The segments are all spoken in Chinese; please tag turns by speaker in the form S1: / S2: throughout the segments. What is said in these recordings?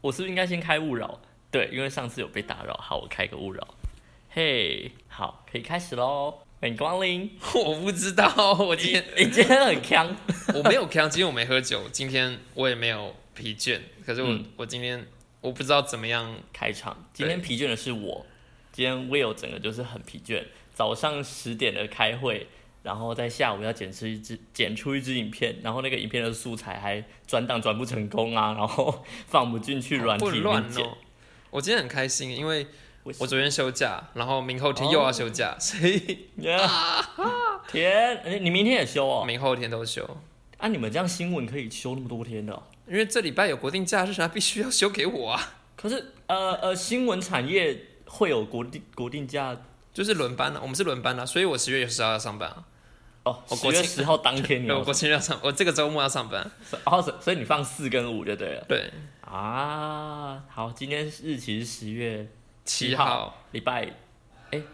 S1: 我是不是应该先开勿扰？对，因为上次有被打扰，好，我开个勿扰。嘿、好，可以开始喽。欢迎光临。
S2: 我不知道，我今天
S1: 你今天很 强，
S2: 我没有 K，今天我没喝酒，今天我也没有疲倦，可是我、
S1: 嗯
S2: 我今天我不知道怎么样，
S1: 开场。今天疲倦的是我，今天 Will 整个就是很疲倦。早上十点的开会，然后在下午要剪出一支剪出一支影片，然后那个影片的素材还转档转不成功啊， 然后放不进去软体里
S2: 混乱
S1: 面剪。
S2: 哦。我今天很开心，因为
S1: 为什哦
S2: 我昨天休假，然后明后天又要休假，所以
S1: 呀天，哎你明天也休哦？
S2: 明后天都休。
S1: 啊，你们这样新闻可以休那么多天的哦、
S2: 因为这礼拜有国定假日，啊他必须要休给我啊，
S1: 可是呃呃，新闻产业会有国定国定假
S2: 就是轮班了、啊我们是轮班了、所以我十月十号要上班啊，
S1: 哦，
S2: 我
S1: 十
S2: 国
S1: 月
S2: 庆
S1: 十号当天 你
S2: 对，
S1: 要
S2: 我国庆日要上，我这个周末要上班，
S1: 哦，所以所以你放四跟五就对了
S2: 对，
S1: 啊。好，今天日期是十月
S2: 七
S1: 号
S2: 号，
S1: 礼拜，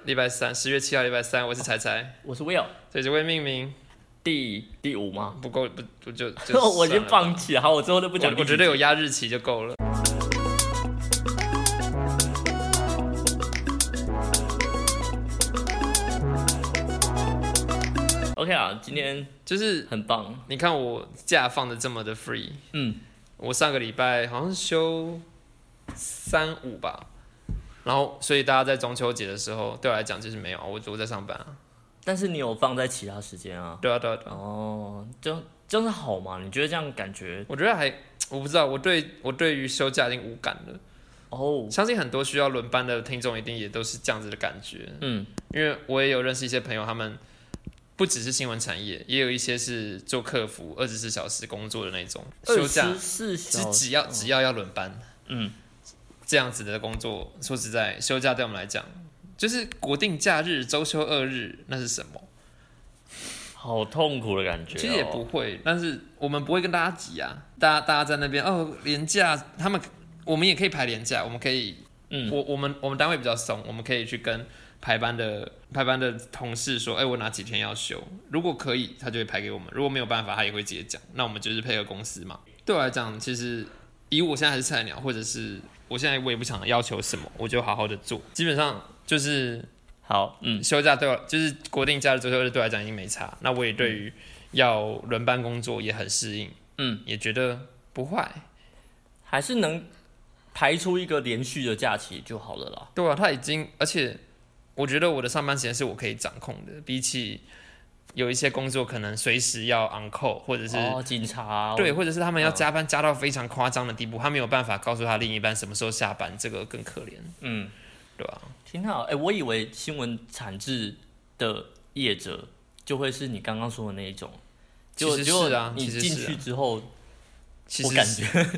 S2: 礼拜三，十月七号礼拜三，我是彩彩，
S1: 我是 Will，
S2: 所以就会命名
S1: 第第五吗？
S2: 不够不不就 就
S1: 我已经
S2: 算了吧
S1: 放弃了，好，我之后都不讲
S2: 我
S1: 第
S2: 我
S1: 几
S2: 觉
S1: 集。
S2: 得有压日期就够了。
S1: OK 啊，今天
S2: 就是
S1: 很棒，
S2: 你看我假放的这么的 free，
S1: 嗯，
S2: 我上个礼拜好像休三五吧，然后所以大家在中秋节的时候对我来讲就是没有，我我在上班啊。
S1: 但是你有放在其他时间啊？
S2: 对啊对啊对啊，
S1: 哦，就这样是好嘛？你觉得这样感觉
S2: 我觉得还我不知道，我对我对于休假已经无感了。
S1: 哦，
S2: 相信很多需要轮班的听众一定也都是这样子的感觉，
S1: 嗯，
S2: 因为我也有认识一些朋友，他们不只是新闻产业，也有一些是做客服二十四小时工作的那种，休假
S1: 四
S2: 只
S1: 小时，
S2: 只要只要要轮班，
S1: 嗯，
S2: 这样子的工作，说实在，休假对我们来讲，就是国定假日、周休二日，那是什么？
S1: 好痛苦的感觉、哦。
S2: 其实也不会，但是我们不会跟大家挤啊，大家大家在那边哦，廉假，他们我们也可以排廉假，我们可以，
S1: 嗯
S2: 我我们我们单位比较松，我们可以去跟排班的排班的同事说，哎、我哪几天要休，如果可以，他就会排给我们，如果没有办法，他也会直接讲，那我们就是配合公司嘛。对我来讲，其实以我现在还是菜鸟，或者是我现在我也不想要求什么，我就好好的做，基本上就是
S1: 好，嗯，
S2: 休假对我就是国定假日、周休日对我来讲已经没差。那我也对于要轮班工作也很适应，
S1: 嗯，
S2: 也觉得不坏。
S1: 还是能排出一个连续的假期就好了啦。
S2: 对啊，他已经，而且我觉得我的上班时间是我可以掌控的，比起有一些工作可能随时要 on call，或者是、
S1: 哦，嗯警察
S2: 对，，或者是他们要加班加到非常夸张的地步，他没有办法告诉他另一半什么时候下班，这个更可怜，
S1: 嗯，
S2: 对吧、
S1: 挺好。哎、我以为新闻产制的业者就会是你刚刚说的那一种，结果
S2: 其
S1: 结
S2: 实
S1: 果
S2: 是啊
S1: 你
S2: 其实
S1: 进
S2: 是啊
S1: 去之后，
S2: 其
S1: 我感
S2: 实
S1: 觉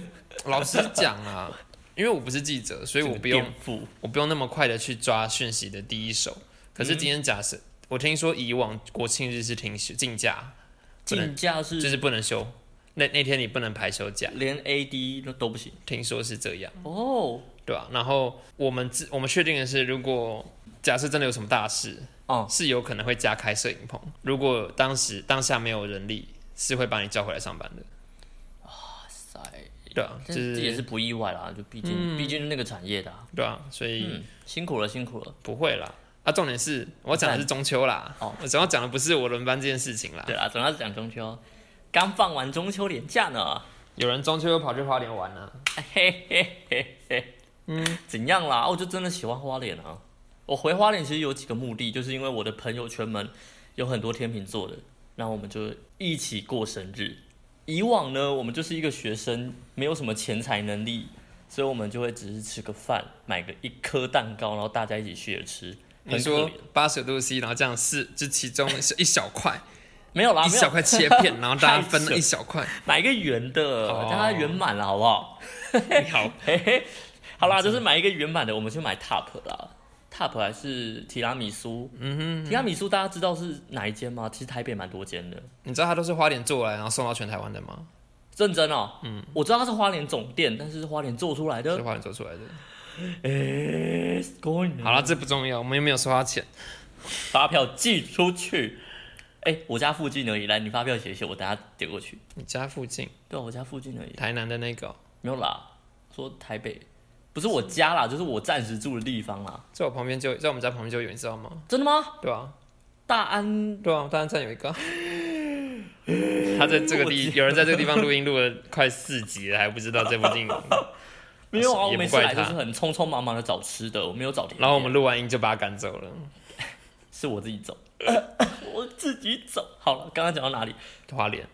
S2: 老实讲啊，因为我不是记者，所以我不用
S1: 颠覆，
S2: 我不用那么快的去抓讯息的第一手。可是今天假设、我听说以往国庆日是停休禁假，不能
S1: 竞价
S2: 就是是不能休，那那天你不能排休假，嗯
S1: 连 AD 都都不行
S2: 听说是这样，
S1: 哦。
S2: 对吧、然后我们自我们确定的是，如果假设真的有什么大事，
S1: 哦
S2: 是有可能会加开摄影棚。如果当时当下没有人力，是会把你叫回来上班的，
S1: 塞，
S2: 对啊，
S1: 这
S2: 就
S1: 嗯这也
S2: 是嗯
S1: 是不意外啦，就毕竟毕、竟是那个产业的、啊，
S2: 对啊，所以。
S1: 嗯，辛苦了辛苦了。
S2: 不会啦。啊，重点是我讲的是中秋啦，
S1: 哦
S2: 我主要讲的不是我轮班这件事情啦。
S1: 对啦，总要讲中秋，刚放完中秋连假呢。
S2: 有人中秋又跑去花莲玩啊了、
S1: 嘿嘿嘿嘿， 嗯，怎样啦？我就真的喜欢花莲啊。我回花莲其实有几个目的，就是因为我的朋友圈们有很多天秤座的，那我们就一起过生日。以往呢，我们就是一个学生，没有什么钱财能力，所以我们就会只是吃个饭，买个一颗蛋糕，然后大家一起 share 吃。
S2: 你
S1: 很可
S2: 说
S1: 怜
S2: 八十度 C，然后这样四，就 其中是一小块，
S1: 没有啦，
S2: 一
S1: 啊没
S2: 小
S1: 有
S2: 块切 片，然后大家分
S1: 太扯
S2: 了一 小块。
S1: 买一个圆的，
S2: 哦
S1: 让它圆满了，好不好？
S2: 你好，
S1: 嘿嘿， 好啦，就是买一个圆满的，我们去买 Top 啦，Top 还是提拉米苏。嗯哼提拉米苏大家知道是哪一间吗？其实台北蛮多间的。
S2: 你知道他都是花莲做来，然后送到全台湾的吗？
S1: 认真哦，嗯，我知道它是花莲总店，但是是花莲做出来
S2: 是
S1: 的。
S2: 花莲做出来的。
S1: 诶，
S2: 好了，这不重要，我们又没有收他钱。
S1: 发票寄出去。哎、我家附近而已，来，你发票写一写，我等下丢过去。
S2: 你家附近
S1: 对啊，我家附近而已，
S2: 台南的那个哦、
S1: 没有啦。说台北，不是我家啦，就是我暂时住的地方啦。
S2: 在我旁边就在我们家旁边就有，你知道吗？
S1: 真的吗？
S2: 对啊，
S1: 大安
S2: 对啊，大安站有一个。他在这个
S1: 我记
S2: 地，
S1: 得
S2: 有人在这个地方录音录了快四集了，还不知道这部 电影。
S1: 没有啊，
S2: 也
S1: 我
S2: 不
S1: 每次
S2: 怪
S1: 来就
S2: 他
S1: 是很匆匆忙忙的找吃的，我没有找甜点。
S2: 然后我们录完音就把他赶走了，
S1: 是我自己走， 我自己走。好了，刚刚讲到哪里？
S2: 花莲。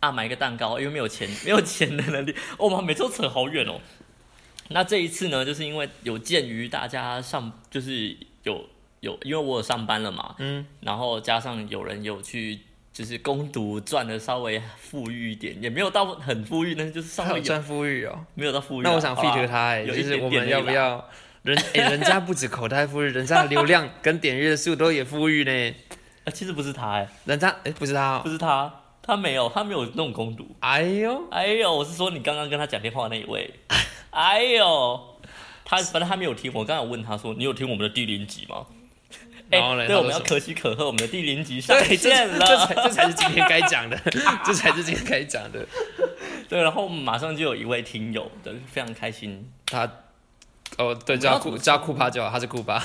S1: 啊，买一个蛋糕，因为没有钱，没有钱的能力， 哦我们每次都扯好远哦。那这一次呢，就是因为有鉴于大家上，就是有有，因为我有上班了嘛，
S2: 嗯，
S1: 然后加上有人有去就是攻读，赚的稍微富裕一点，也没有到很富裕，但是就是稍
S2: 他
S1: 微
S2: 有
S1: 有
S2: 赚富裕哦。
S1: 没有到富裕啊、
S2: 那我想
S1: 好吧
S2: feature 他、哎，
S1: 有
S2: 就
S1: 一
S2: 是
S1: 点
S2: 我
S1: 点而
S2: 们
S1: 已
S2: 要不
S1: 啦？
S2: 要人？ 哎、人家不止口袋富裕，人家的流量跟点阅数都也富裕呢。
S1: 啊其实不是他、哎，
S2: 人家哎、不是他、
S1: 不
S2: 哦，
S1: 是他，他没有，他没有那种攻读。
S2: 哎呦，
S1: 哎呦，我是说你刚刚跟他讲电话那一 位。哎呦，他反正他没有听。我刚才有问他说，你有听我们的第零集 吗？哎、
S2: 然后嘞
S1: 对，
S2: 他说
S1: 我们要
S2: 什么
S1: 可喜可贺，我们的第零集上
S2: 对，这
S1: 线
S2: 这
S1: 了。
S2: 才这才是今天该讲的， 这才是今天该讲的。
S1: 对，然后马上就有一位听友，对，非常开心。
S2: 他哦，对，
S1: 我们要
S2: 叫
S1: 怎么
S2: 库叫库巴就好，他是库巴，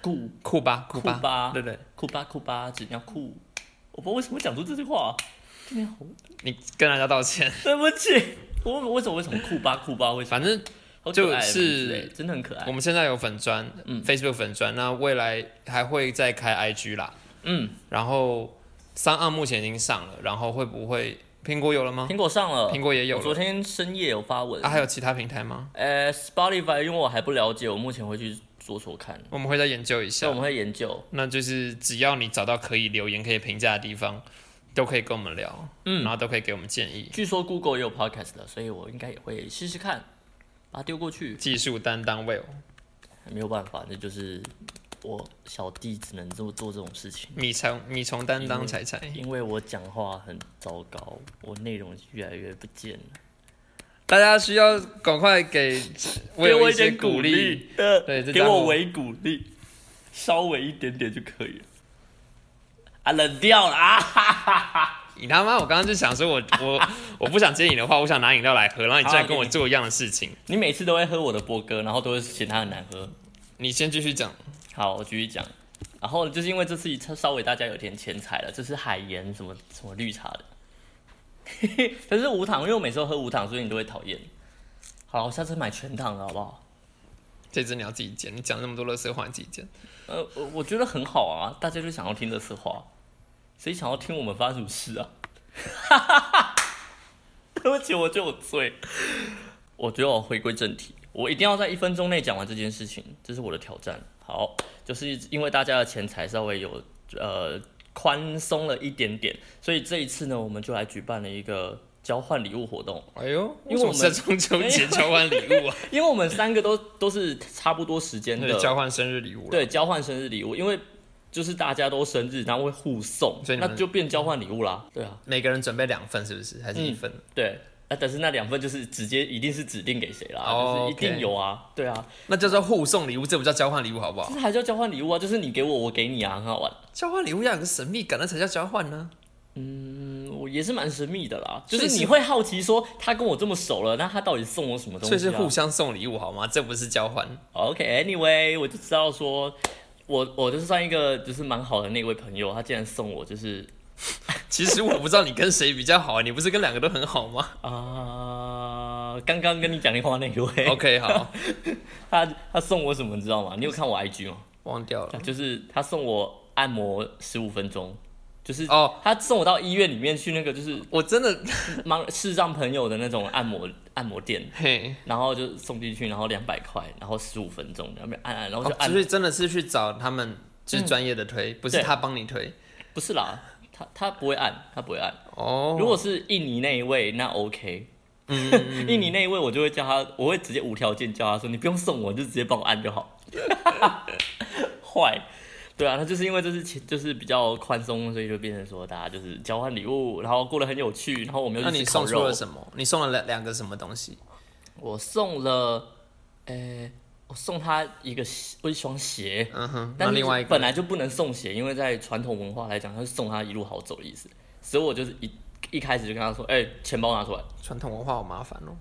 S1: 酷
S2: 库巴，库
S1: 库巴
S2: 对对，
S1: 酷吧酷吧，只要酷。我不知道为什么讲出这句话、今天好，
S2: 你跟大家道歉。
S1: 对不起。我我为什么为什么酷吧酷吧？为什么？
S2: 反正
S1: 好可爱的
S2: 就是
S1: 名字哎真的很可爱
S2: 我。们现在有粉砖、
S1: 嗯
S2: f a c e b o o k 粉砖，那未来还会再开 IG 啦。
S1: 嗯，
S2: 然后三岸目前已经上了，然后会不会苹果有了吗？
S1: 苹果上了，
S2: 苹果也有
S1: 我昨
S2: 了。
S1: 天深夜有发文
S2: 啊，还有其他平台吗？
S1: 呃，Spotify，因为我还不了解，我目前会去做做看，
S2: 我们会再研究
S1: 所以
S2: 一下
S1: 我。们会研究。
S2: 那就是只要你找到可以留言、可以评价的地方，都可以跟我们聊，
S1: 嗯
S2: 然后都可以给我们建议。
S1: 据说 Google 也有 Podcast 了，所以我应该也会试试看，把它丢过去。
S2: 技术担当 Will，
S1: 没有办法，那就是我小弟只能做做这种事情，
S2: 米虫米虫担当彩彩，
S1: 因为我讲话很糟糕，我内容越来越不见了。
S2: 大家需要赶快
S1: 给
S2: 给 Will
S1: 我一
S2: 些
S1: 点鼓
S2: 励。，
S1: 呃，
S2: 对这
S1: 给
S2: 家伙
S1: 我微鼓励，稍微一点点就可以了。啊，冷掉了啊！哈哈哈
S2: 你他妈！我刚刚就想说我，我我 不想接你的话，我想拿饮料来喝，然后你竟然跟我做一样的事情。
S1: 你每次都会喝我的波哥，然后都会嫌它很难喝。
S2: 你先继续讲，
S1: 好，我继续讲。然后就是因为这次一稍微大家有点钱财了，这是海盐什么什么绿茶的， 可是无糖，因为我每次都喝无糖，所以你都会讨厌。好，我下次买全糖的好不好？
S2: 这只你要自己剪，你讲那么多乐色话，你自己剪。
S1: 呃，我我觉得很好啊，大家就想要听这次话，谁想要听我们发什么誓啊？ 对不起，我觉得我醉。我觉得我回归正题，我一定要在一分钟内讲完这件事情，这是我的挑战。好，就是因为大家的钱财稍微有呃宽松了一点点，所以这一次呢，我们就来举办了一个交换礼物活动。
S2: 哎呦，
S1: 因为我们
S2: 为什么是在中秋节交换礼物 啊，
S1: 因为我们三个都都是差不多时间
S2: 那
S1: 的，
S2: 就交换生日礼物了。
S1: 对，交换生日礼物，因为就是大家都生日，然后会互送，
S2: 所以你
S1: 那
S2: 们
S1: 就变交换礼物啦。对啊，
S2: 每个人准备两份，是不是？还是一份？
S1: 对。啊，但是那两份就是直接一定是指定给谁啦，
S2: 哦
S1: 就是一定
S2: OK
S1: 有啊，对啊，
S2: 那叫做互送礼物，这不叫交换礼物，好不好？
S1: 那还叫交换礼物啊，就是你给我，我给你啊，很好玩。
S2: 交换礼物要有个神秘感，那才叫交换呢、
S1: 嗯，我也是蛮神秘的啦，就是
S2: 所以是
S1: 你会好奇说他跟我这么熟了，那他到底送我什么东西、
S2: 所
S1: 啊？
S2: 以是互相送礼物好吗？这不是交换。
S1: OK，Anyway，、我就知道说，我我就是算一个就是蛮好的那位朋友，他竟然送我就是
S2: 其实我不知道你跟谁比较好，你不是跟两个都很 好吗
S1: 啊、刚刚跟你讲电话那一位
S2: ？OK，好，
S1: 他他送我什么，你知道吗？你
S2: 嗯
S1: 有看我 IG 吗？
S2: 忘掉 了。
S1: 就是他送我按摩十五分钟，就是
S2: 哦，
S1: 他送我到医院里面去那个就是
S2: 我真的
S1: 盲视障朋友的那种按摩按摩店，
S2: 嘿，
S1: 然后就送进去，然后两百块，然后十五分钟，然后按按，然后就
S2: 哦
S1: 按，嗯
S2: 所以真的是去找他们，就是专业的推，不是
S1: 对
S2: 他帮你推。
S1: 不是啦，他他不会按，他不会按。
S2: 哦，
S1: 如果是印尼那一位，那 OK。印
S2: 嗯
S1: 尼那一位，我就会叫他，我会直接无条件叫他说，你不用送我，你就直接帮我按就好。 坏，对啊，他就是因为这是前就是比较宽松，所以就变成说大家就是交换礼物，然后过得很有趣，然后我们又
S2: 那
S1: 去
S2: 你
S1: 吃烤
S2: 送出
S1: 肉
S2: 了。什么？你送了两两个什么东西？
S1: 我送了，呃、我送他一个鞋一双鞋，
S2: 嗯哼，
S1: 但
S2: 那
S1: 是
S2: 另外一个
S1: 本来就不能送鞋，因为在传统文化来讲，他是送他一路好走的意思，所以我就是一一开始就跟他说，哎、钱包拿出来。
S2: 传统文化好麻烦哦。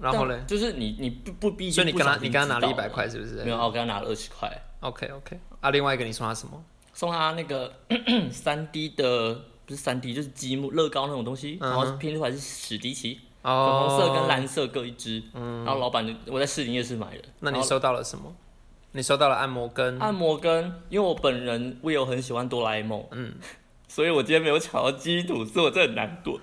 S2: 然后嘞
S1: 但，啊就是你你不不必，
S2: 所以你跟他你跟他拿了一百
S1: 块，
S2: 块是不是
S1: 没有，我跟他拿了二十块，
S2: ？OK OK，啊，另外一个你送他什么？
S1: 送他那个 三 D 的。不是三 D 就是积木、乐高那种东西，然后拼出来是史迪奇，粉
S2: 嗯哦，嗯
S1: 红色跟。蓝色各一只。然后老板就我在市林夜市买的。
S2: 那
S1: 然
S2: 你
S1: 后
S2: 收到了什么？你收到了按摩跟
S1: 按摩跟，因为我本人 Will 很喜欢哆啦 A 梦，嗯， 所以我今天没有抢到鸡土，所以我真的很难过。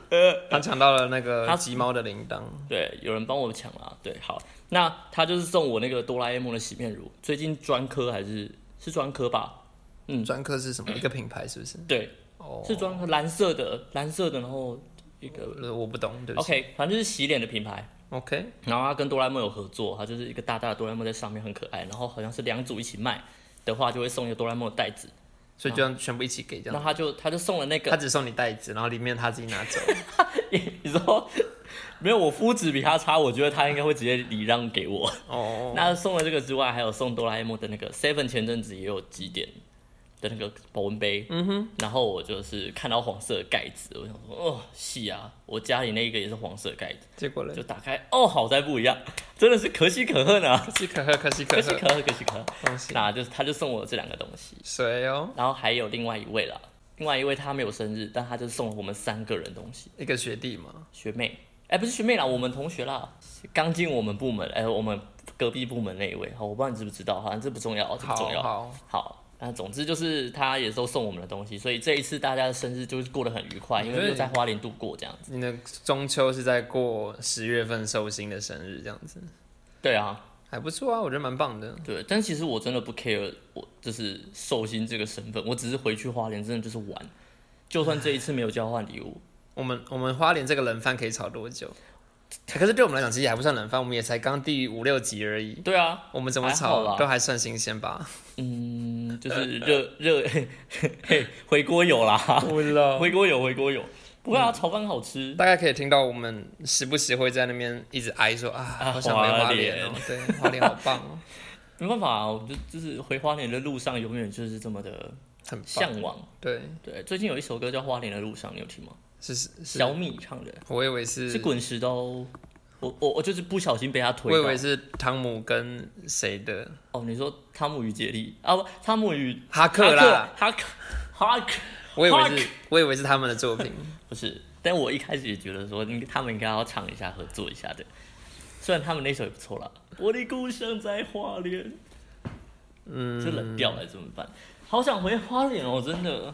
S2: 他抢到了那个
S1: 他
S2: 吉猫的铃铛，
S1: 对，有人帮我抢了。对，好，那他就是送我那个哆啦 A 梦的洗面乳，最近专科还是是专科吧？嗯
S2: 专科是什么？一个品牌是不是？
S1: 对，
S2: 哦，
S1: 是专科，蓝色的，蓝色的，然后一个
S2: 呃我不懂，对不起。
S1: OK，反正就是洗脸的品牌。
S2: OK，
S1: 然后他跟哆啦 A 梦有合作，他就是一个大大的哆啦 A 梦在上面很可爱，然后好像是两组一起卖的话，就会送一个哆啦 A 梦的袋子。
S2: 所以就要全部一起给这
S1: 那
S2: 样。
S1: 他就他就送了那个
S2: 他，只送你袋子，然后里面他自己拿走。
S1: 你说没有我肤质比他差，我觉得他应该会直接礼让给我。
S2: 哦，
S1: 那送了这个之外，还有送哆啦 A 梦的那个 Seven 前阵子也有几点的那个保温杯，嗯哼，然后我就是看到黄色的盖子，我想说哦，是啊，我家里那个也是黄色的盖子，
S2: 结果嘞
S1: 就，打开哦，好在不一样，真的是可喜可贺 呢，
S2: 可喜可贺，可喜可
S1: 可喜
S2: 贺，
S1: 可贺，可喜可贺。
S2: 恭喜。
S1: 那就是他就送我这两个东西，
S2: 谁哦？
S1: 然后还有另外一位啦，另外一位他没有生日，但他就送了我们三个人东西。
S2: 一个学弟嘛。
S1: 学妹，哎、不是学妹啦，我们同学啦，刚进我们部门，哎、我们隔壁部门那一位，好，我不知道你知不知道，好像这不重要，这不
S2: 好
S1: 重要。
S2: 好，
S1: 好，那总之就是他也都送我们的东西，所以这一次大家的生日就是过得很愉快，因
S2: 对
S1: 为又在花莲度过这样子。
S2: 你的中秋是在过十月份寿星的生日这样子，
S1: 对啊，
S2: 还不错啊，我觉得蛮棒的。
S1: 对，但其实我真的不 care，我就是寿星这个身份，我只是回去花莲真的就是玩，就算这一次没有交换礼物，
S2: 我们我们花莲这个冷饭可以炒多久？可是对我们来讲，其实也还不算冷饭，我们也才刚第五六集而已。
S1: 对啊，
S2: 我们怎么
S1: 还好
S2: 炒
S1: 啦
S2: 都还算新 鲜吧？
S1: 嗯，就是热 热，嘿，回锅有啦，
S2: 不了，
S1: 回锅有，回锅有，不会啊，
S2: 嗯
S1: 炒饭好吃。
S2: 大概可以听到我们时不时会在那边一直哀说啊，
S1: 啊
S2: 好想回花莲哦，对，花莲好棒 哦，
S1: 没办法、啊，我就就是回花莲的路上，永远就是这么的
S2: 很棒，
S1: 向往。
S2: 对，
S1: 对，最近有一首歌叫《花莲的路上》，你有听吗？
S2: 是是是，
S1: 小米唱的，
S2: 我以为
S1: 是
S2: 是，
S1: 滚石刀。我我我就是不小心被他推
S2: 我以为
S1: 到。
S2: 是汤姆跟谁的
S1: 哦，你说汤姆与杰利啊？不，汤姆与
S2: 哈克啦，，
S1: 哈克，哈克
S2: 我以为是，我以为是他们的作品，
S1: 不是。但我一开始也觉得说，应他们应该要唱一下合作一下的。虽然他们那首也不错啦，我的故乡在花莲，
S2: 嗯，
S1: 这冷掉了怎么办？好想回花莲哦，真的。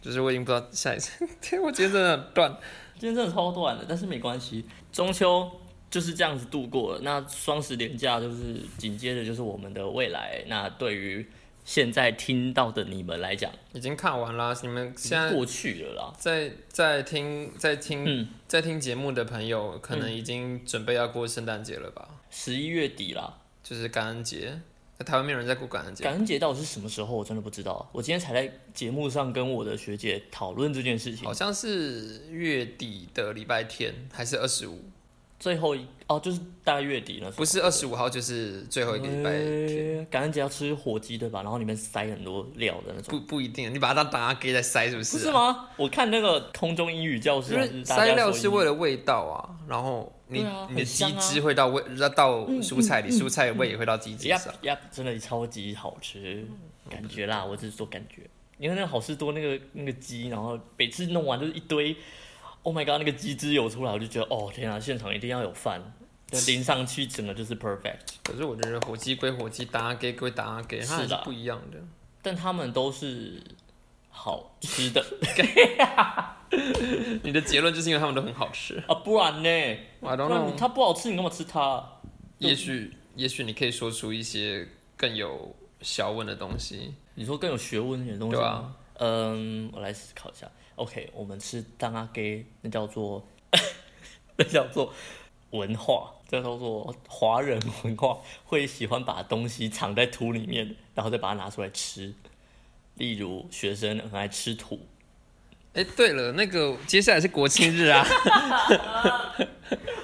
S2: 就是我已经不知道下一次， 天，我今天真的很断，
S1: 今天真的超短的，但是没关系，中秋就是这样子度过了。那双十连假就是紧接着就是我们的未来。那对于现在听到的你们来讲，
S2: 已经看完啦，你们
S1: 已
S2: 现
S1: 经
S2: 在
S1: 过去了啦。
S2: 在在听在听、
S1: 嗯
S2: 在听节目的朋友，可能已经准备要过圣诞节了吧，
S1: 十一月底啦，
S2: 就是感恩节，在台湾没有人在过感恩节。
S1: 感恩节到底是什么时候？我真的不知道。我今天才在节目上跟我的学姐讨论这件事情
S2: 好。像是月底的礼拜天，还是二十五？
S1: 最后一哦，就是大概月底了，
S2: 不是二十五号，就是最后一个礼拜天。
S1: 哎感恩节要吃火鸡对吧？然后里面塞很多料的那种，
S2: 不不一定，你把它当打给在塞是不
S1: 不
S2: 是
S1: 是
S2: 啊、
S1: 吗？我看那个空中英语教室
S2: 因
S1: 还
S2: 为
S1: 大家
S2: 塞料
S1: 说
S2: 是
S1: 英语
S2: 为了味道啊，然后
S1: 啊
S2: 你、
S1: 对啊
S2: 你的
S1: 很
S2: 鸡
S1: 香啊嗯
S2: 汁会到味，到蔬菜里，蔬菜的味也会到鸡汁
S1: 呀
S2: 上。
S1: 呀，真的超级好吃，感觉啦，我只是说感觉，因为那个好事多那个那个鸡，然后每次弄完就是一堆，Oh my god，那个鸡汁油出来，我就觉得哦天啊，现场一定要有饭，就淋上去整个就是 perfect。
S2: 可是我觉得火鸡归火鸡，打给归打给，它还
S1: 是
S2: 是
S1: 的
S2: 不一样的。
S1: 但他们都是好吃的
S2: 你的结论就是因为他们都很好吃。
S1: 啊，不然呢？
S2: I
S1: 不
S2: don't
S1: 然
S2: know，
S1: 它不好吃，你干嘛吃它？
S2: 也许也许你可以说出一些更有学问的东西，
S1: 你说更有学问一点的东西
S2: 对
S1: 吗？
S2: 吧、
S1: 嗯，我来思考一下。OK，我们吃当阿给，那叫做 那叫做文化，这叫做华人文化，会喜欢把东西藏在土里面，然后再把它拿出来吃。例如，学生很爱吃土，
S2: 哎、对了，那个接下来是国庆日 啊，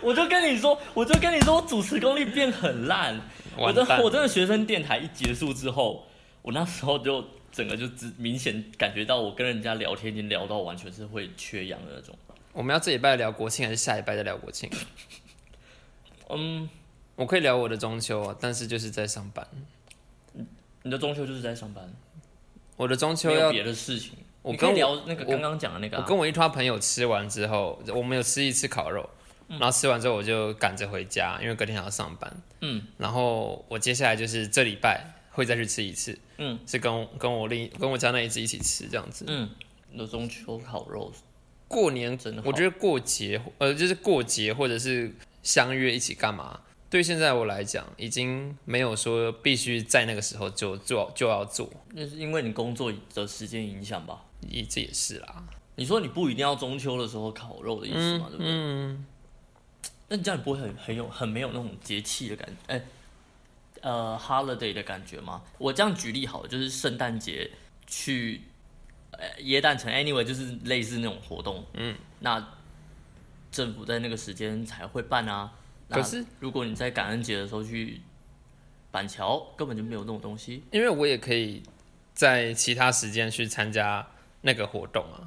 S1: 我就跟你说，我就跟你说，我主持功力变很烂。我
S2: 完
S1: 的
S2: 蛋
S1: 我真的学生电台一结束之后，我那时候就整个就只明显感觉到，我跟人家聊天已经聊到完全是会缺氧的那种。
S2: 我们要这礼拜聊国庆还是下礼拜再聊国庆？
S1: 嗯，
S2: 我可以聊我的中秋啊，但是就是在上班。
S1: 你的中秋就是在上班，
S2: 我的中秋
S1: 没有
S2: 要
S1: 别的事情。
S2: 我
S1: 你可
S2: 跟
S1: 以
S2: 我
S1: 聊那个
S2: 我
S1: 刚刚讲的那个、
S2: 我
S1: 啊，
S2: 跟我一团朋友吃完之后，我们有吃一次烤肉，然后吃完之后我就赶着回家，因为隔天还要上班。
S1: 嗯，
S2: 然后我接下来就是这礼拜会再去吃一次，
S1: 嗯，
S2: 是跟我跟我另跟我家那一只一起吃这样子。
S1: 嗯，你的中秋烤肉，
S2: 过年
S1: 真的好
S2: 我觉得过节呃就是过节或者是相约一起干嘛，对现在我来讲已经没有说必须在那个时候就做就要做，
S1: 那是因为你工作的时间影响吧？
S2: 也这也是啦。
S1: 你说你不一定要中秋的时候烤肉的意思嘛，对不对？
S2: 嗯，
S1: 那你这样你不会很很有很没有那种节气的感觉，哎、呃，holiday 的感觉吗？我这样举例好了，就是圣诞节去呃耶诞城，anyway 就是类似那种活动，嗯，那政府在那个时间才会办啊。
S2: 可是
S1: 那如果你在感恩节的时候去板桥，根本就没有那种东西。
S2: 因为我也可以在其他时间去参加那个活动啊。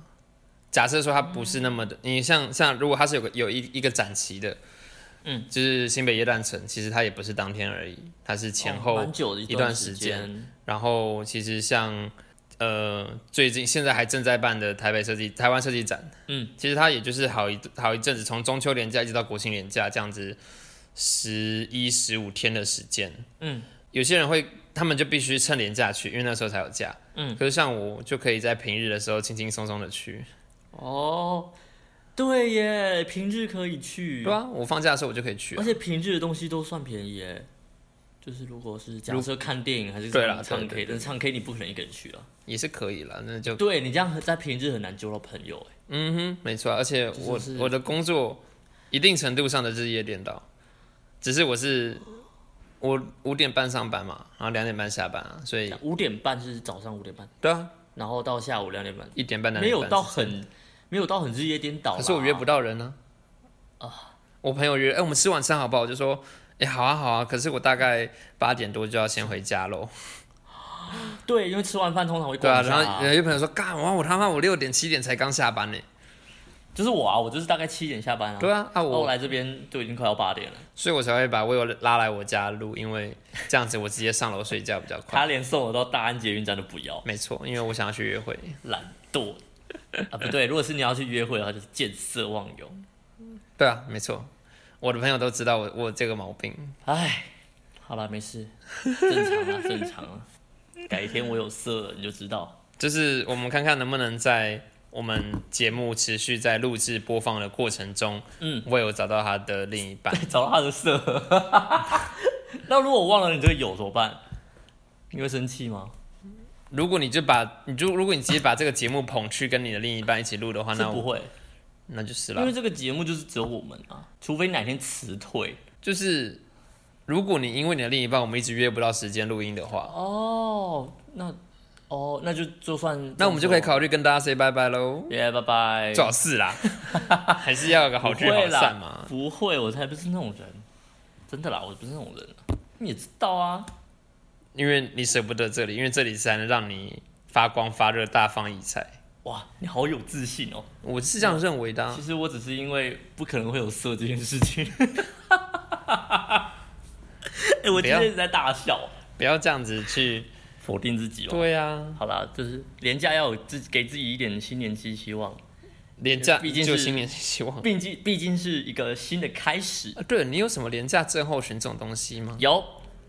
S2: 假设说它不是那么的，你像像如果它是有个有一一个展期的，
S1: 嗯，
S2: 就是新北耶诞城，其实它也不是当天而已，它是前
S1: 哦
S2: 后、
S1: 蛮久的
S2: 一
S1: 段
S2: 段时
S1: 间，
S2: 然后其实像呃最近现在还正在办的台北设计台湾设计展，
S1: 嗯，
S2: 其实它也就是好一好一阵子，从中秋连假一直到国庆连假这样子，十一十五天的时间，
S1: 嗯，
S2: 有些人会他们就必须趁连假去，因为那时候才有假，
S1: 嗯，
S2: 可是像我就可以在平日的时候轻轻松松的去，
S1: 哦，对耶，平日可以去，
S2: 对啊，我放假的时候我就可以去、
S1: 而
S2: 啊，
S1: 且平日的东西都算便宜耶。就是如果是假设看电影还是
S2: 对啦
S1: 唱唱
S2: 对对
S1: K，但唱 K 你不可能一个人去了。
S2: 也是可以了，那就
S1: 对你这样在平日很难交到朋友哎。
S2: 嗯哼，没错啊，而且
S1: 就
S2: 我
S1: 是
S2: 我的工作一定程度上的日夜颠倒，只是我是我五点半上班嘛，然后两点半下班啊，所以
S1: 五点半是早上五点半，
S2: 对啊，
S1: 然后到下午两点半，
S2: 一点半两
S1: 没
S2: 点半
S1: 有到很没有到很日夜颠倒啦。啊
S2: 可是我约不到人呢、啊，我朋友约，哎、我们吃晚餐好不好？我就说，哎、好啊好啊，可是我大概八点多就要先回家喽，
S1: 对，因为吃完饭通常会
S2: 对啊，
S1: 逛一下
S2: 然后有些朋友说，干，我我他妈我六点七点才刚下班呢，
S1: 就是我啊，我就是大概七点下班啊，
S2: 对啊，啊
S1: 然后我
S2: 我，
S1: 来这边就已经快要八点了。
S2: 所以我才会把我有拉来我家录，因为这样子我直接上楼睡觉比较快。
S1: 他连送我到大安捷运站都不要。
S2: 没错，因为我想要去约会。
S1: 懒惰啊，不对，如果是你要去约会的话，就是见色忘友。
S2: 对啊，没错，我的朋友都知道我我有这个毛病。
S1: 唉，好了，没事，正常 啊，正常啊。改天我有色了，你就知道。
S2: 就是我们看看能不能在我们节目持续在录制播放的过程中，
S1: 嗯，
S2: 我有找到他的另一半。
S1: 找到他的色。 那如果我忘了你这个有怎么办？你会生气吗？
S2: 如果你就把你就如果你直接把这个节目捧去跟你的另一半一起录的话，
S1: 是
S2: 那
S1: 不
S2: 我
S1: 会，
S2: 那就是
S1: 因为
S2: 了。
S1: 这个节目就是只有我们啊，除非哪天辞退。
S2: 就是如果你因为你的另一半，我们一直约不到时间录音的话，
S1: 哦，那哦，那就就算
S2: 那我们就可以考虑跟大家 say 拜拜喽。
S1: 耶，拜拜。
S2: 最好是 啦，还是要有个好聚
S1: 不
S2: 好
S1: 会啦
S2: 散嘛。
S1: 不会，我才不是那种人，真的啦，我不是那种人、你也知道啊。
S2: 因为你舍不得这里，因为这里才能让你发光发热、大放异彩。
S1: 哇，你好有自信哦！
S2: 我是这样认为的啊、
S1: 其实我只是因为不可能会有色这件事情。 哎、我今天一直在大笑，
S2: 不要这样子去。
S1: 否定自己哦吧。
S2: 对啊，
S1: 好啦，就是廉价要有自己给自己一点新年期希望，
S2: 廉价
S1: 毕竟
S2: 就是新年希望。啊
S1: 毕竟毕竟是一个新的开始。
S2: 啊，对了，你有什么廉价症候群这种东西吗？
S1: 有，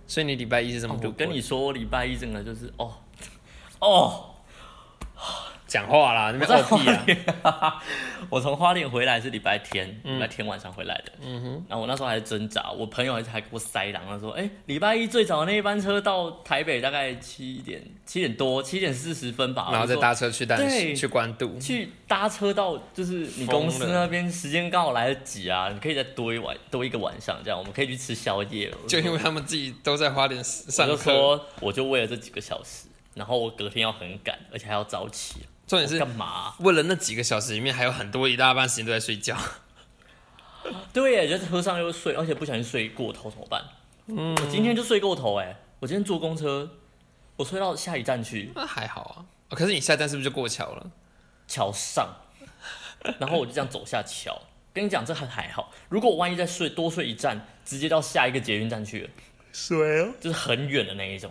S2: 所以你礼拜一是怎么度
S1: 哦我
S2: 过的？
S1: 跟你说，我礼拜一整个就是哦哦，
S2: 讲话啦，
S1: 我
S2: 你们
S1: 在
S2: 狗
S1: 花
S2: 屁啊！
S1: 莲，我从花莲回来是礼拜天，礼、拜天晚上回来的。嗯哼，然后我那时候还挣扎，我朋友还还给我塞狼，他说：“哎、礼拜一最早那一班车到台北大概七点七点多，七点四十分吧，
S2: 然后再
S1: 我说
S2: 搭车去淡水
S1: 对
S2: 去关渡，
S1: 去搭车到就是你公司
S2: 疯了
S1: 那边时间刚好来得及啊，你可以再多一晚多一个晚上这样，我们可以去吃宵夜。我说”
S2: 就因为他们自己都在花莲
S1: 我
S2: 上
S1: 就
S2: 课。
S1: 说，我就为了这几个小时，然后我隔天要很赶，而且还要早起，
S2: 重点
S1: 我
S2: 是
S1: 干嘛啊、
S2: 为了那几个小时里面，还有很多一大半时间都在睡觉。
S1: 对耶，就是喝上又睡，而且不小心睡过头怎么办？嗯，我今天就睡过头哎，我今天坐公车，我睡到下一站去
S2: 那还好啊，哦 可是你下一站是不是就过桥了？
S1: 桥上，然后我就这样走下桥，跟你讲，这还还好。如果我万一再睡多睡一站，直接到下一个捷运站去了，
S2: 水哦。
S1: 就是很远的那一种，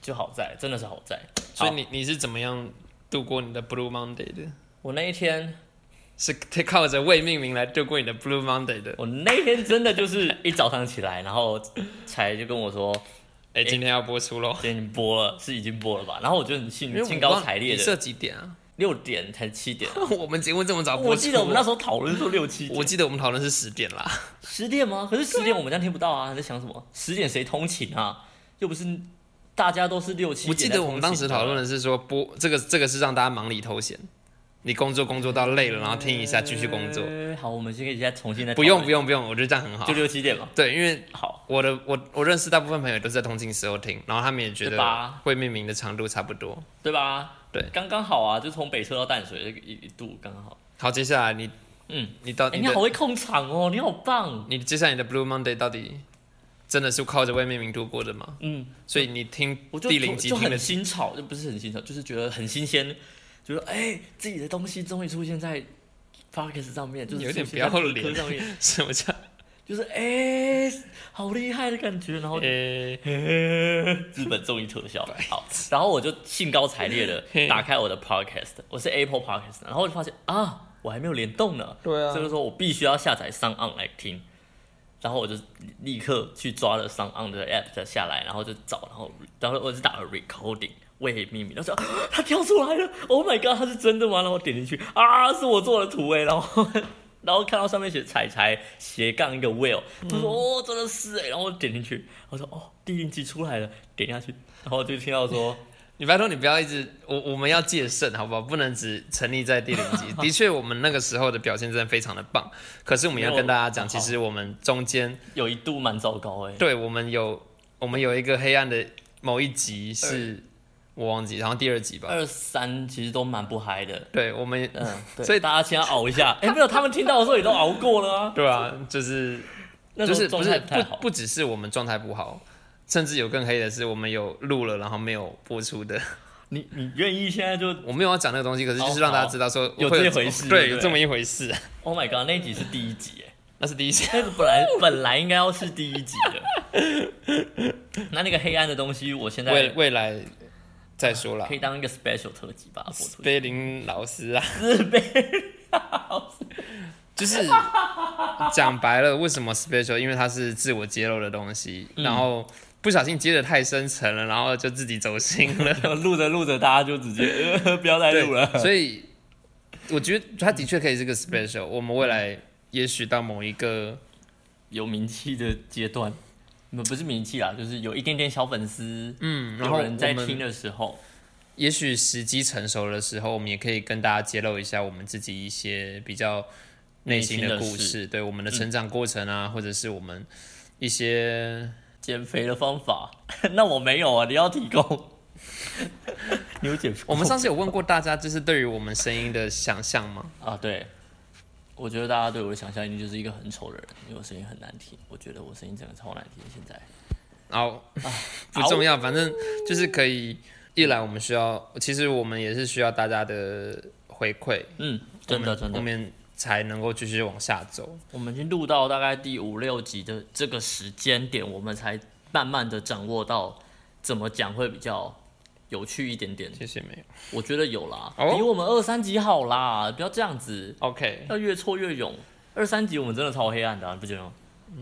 S1: 就好在真的是好在。
S2: 所以你你是怎么样度过你的 Blue Monday 的？
S1: 我那一天，
S2: 是靠着未命名来度过你的 Blue Monday 的？
S1: 我那一天真的就是一早上起来，然后才就跟我说，
S2: 哎、今天要播出喽。
S1: 今天已经播了，是已经播了吧？然后我就很兴
S2: 因为我
S1: 兴高
S2: 忘
S1: 采烈
S2: 你设
S1: 的，
S2: 几点啊？
S1: 六点才七点啊。
S2: 我们节目这么早播出，
S1: 我记得我们那时候讨论说六七
S2: 我
S1: 点，
S2: 记得我们讨论是十点啦。
S1: 十点吗？可是十点我们这样听不到啊！你在想什么？十点谁通勤啊？又不是大家都是六七点。
S2: 我记得我们当时讨论，的是说播这个这个是让大家忙里偷闲，你工作工作到累了，然后听一下继续工作。
S1: 呃好，我们先可以再重新再
S2: 不用
S1: 讨
S2: 不
S1: 论，
S2: 用不用，我觉得这样很好
S1: 就。六七点嘛。
S2: 对，因为
S1: 好，
S2: 我的我我认识大部分朋友都是在通勤时候听，然后他们也觉
S1: 对
S2: 得
S1: 吧
S2: 会命名的长度差不多。
S1: 对吧？
S2: 对
S1: 刚刚好啊，就从北车到淡水一一度刚刚好。
S2: 好，接下来你
S1: 嗯，
S2: 你到
S1: 哎、
S2: 啊你
S1: 你
S2: 的
S1: 好会控场哦，你好棒。
S2: 你接下来你的 Blue Monday 到底真的是靠着未命名度过的吗？
S1: 嗯，
S2: 所以你听
S1: 我就
S2: 第零集
S1: 就
S2: 听的
S1: 很新潮，就不是很新潮，就是觉得很新鲜，觉得哎、自己的东西终于出现在 p o d c a s t 上面，就是
S2: 有点
S1: 出现在
S2: 不要
S1: 播客
S2: 脸
S1: 上面，
S2: 什 么叫
S1: 就是哎、好厉害的感觉，然 后
S2: 呃
S1: 日本综艺特效。好，然后我就兴高采烈的打开我的 podcast，我是 Apple podcast，然后我就发现啊，我还没有联动呢。
S2: 对啊
S1: 所以就说我必须要下载 s o n On 来听。然后我就立刻去抓了 s o n On 的 app 再下来，然后就找，然后然后我就打了 recording 未命名，然后说、啊、它跳出来了，Oh my god，它是真的吗？然后我点进去啊，是我做的图哎，然后 然后看到上面写彩彩斜杠一个 will，他
S2: 嗯
S1: 说、哦真的是哎，然后我点进去，我说哦第零集出来了，点下去，然后就听到说
S2: 你拜托你不要一直，我我们要戒慎，好不好？不能只沉溺在第零 集。的确，我们那个时候的表现真的非常的棒。可是我们要跟大家讲，
S1: 没
S2: 其
S1: 有
S2: 实我们中间，
S1: 有一度蛮糟糕哎，
S2: 对我们有我们有一个黑暗的某一集是，我忘记，然后第二集吧。
S1: 二三其实都蛮不嗨的，
S2: 对，我们
S1: 嗯，对
S2: 所以
S1: 大家先要熬一 下，哎没有，他们听到的时候也都熬过了啊，
S2: 对啊，就是
S1: 那
S2: 就
S1: 时候
S2: 是
S1: 状
S2: 不是
S1: 态不太好
S2: 不。不只是我们状态不好，甚至有更黑的是，我们有录了然后没有播出的。
S1: 你你愿意现在就
S2: 我没有要讲那个东西，可是就
S1: 哦
S2: 是让大家
S1: 好
S2: 知道说
S1: 有
S2: 会
S1: 这回事对
S2: 对，
S1: 不
S2: 有
S1: 对
S2: 这么一回事。啊
S1: ？Oh my god，那一集是第一集 哎，
S2: 那是第一集。
S1: 那个本来本来应该要是第一集的。那那个黑暗的 东西，我现
S2: 未
S1: 在
S2: 未来再说啦
S1: 可。以当一个 special 特辑吧，播出去。
S2: 碑林老师啊，就是讲白了，为什么 special？因为它是自我揭露的东西，
S1: 嗯
S2: 然后不小心接的太深层了，然后就自己走心了。
S1: 录着录着，大家就直接、呃、不要再录了。
S2: 对，所以我觉得它的确可以是个 special。我们未来也许到某一个
S1: 有名气的阶段，不不是名气啦，就是有一点点小粉丝，
S2: 嗯，然后
S1: 有人在
S2: 我们
S1: 听的时候，
S2: 也许时机成熟的时候，我们也可以跟大家揭露一下我们自己一些比较内心的故
S1: 内心的
S2: 事，对我们的成长过程啊，或者是我们 一些
S1: 减肥的方法， 那我没有啊，你要提 供。你有减肥过？
S2: 我们上次有问过大家，就是对于我们声音的想象吗？
S1: 啊，对，我觉得大家对我的想象一定就是一个很丑的人，因为我声音很难听，我觉得我声音真的超难听。现在
S2: 然后
S1: 啊
S2: 不重要，反正就是可以。一来我们需要，其实我们也是需要大家的回馈，
S1: 嗯，真
S2: 我
S1: 的
S2: 们
S1: 真
S2: 我
S1: 的，
S2: 们才能够继续往下走。
S1: 我们已经录到大概第五六集的这个时间点，我们才慢慢的掌握到怎么讲会比较有趣一点点。
S2: 谢谢没有
S1: 我觉得有啦，
S2: 哦
S1: 比我们二三集好啦，不要这样子，
S2: ，OK，
S1: 要越挫越勇。二三集我们真的超黑暗的、啊，你不觉得吗？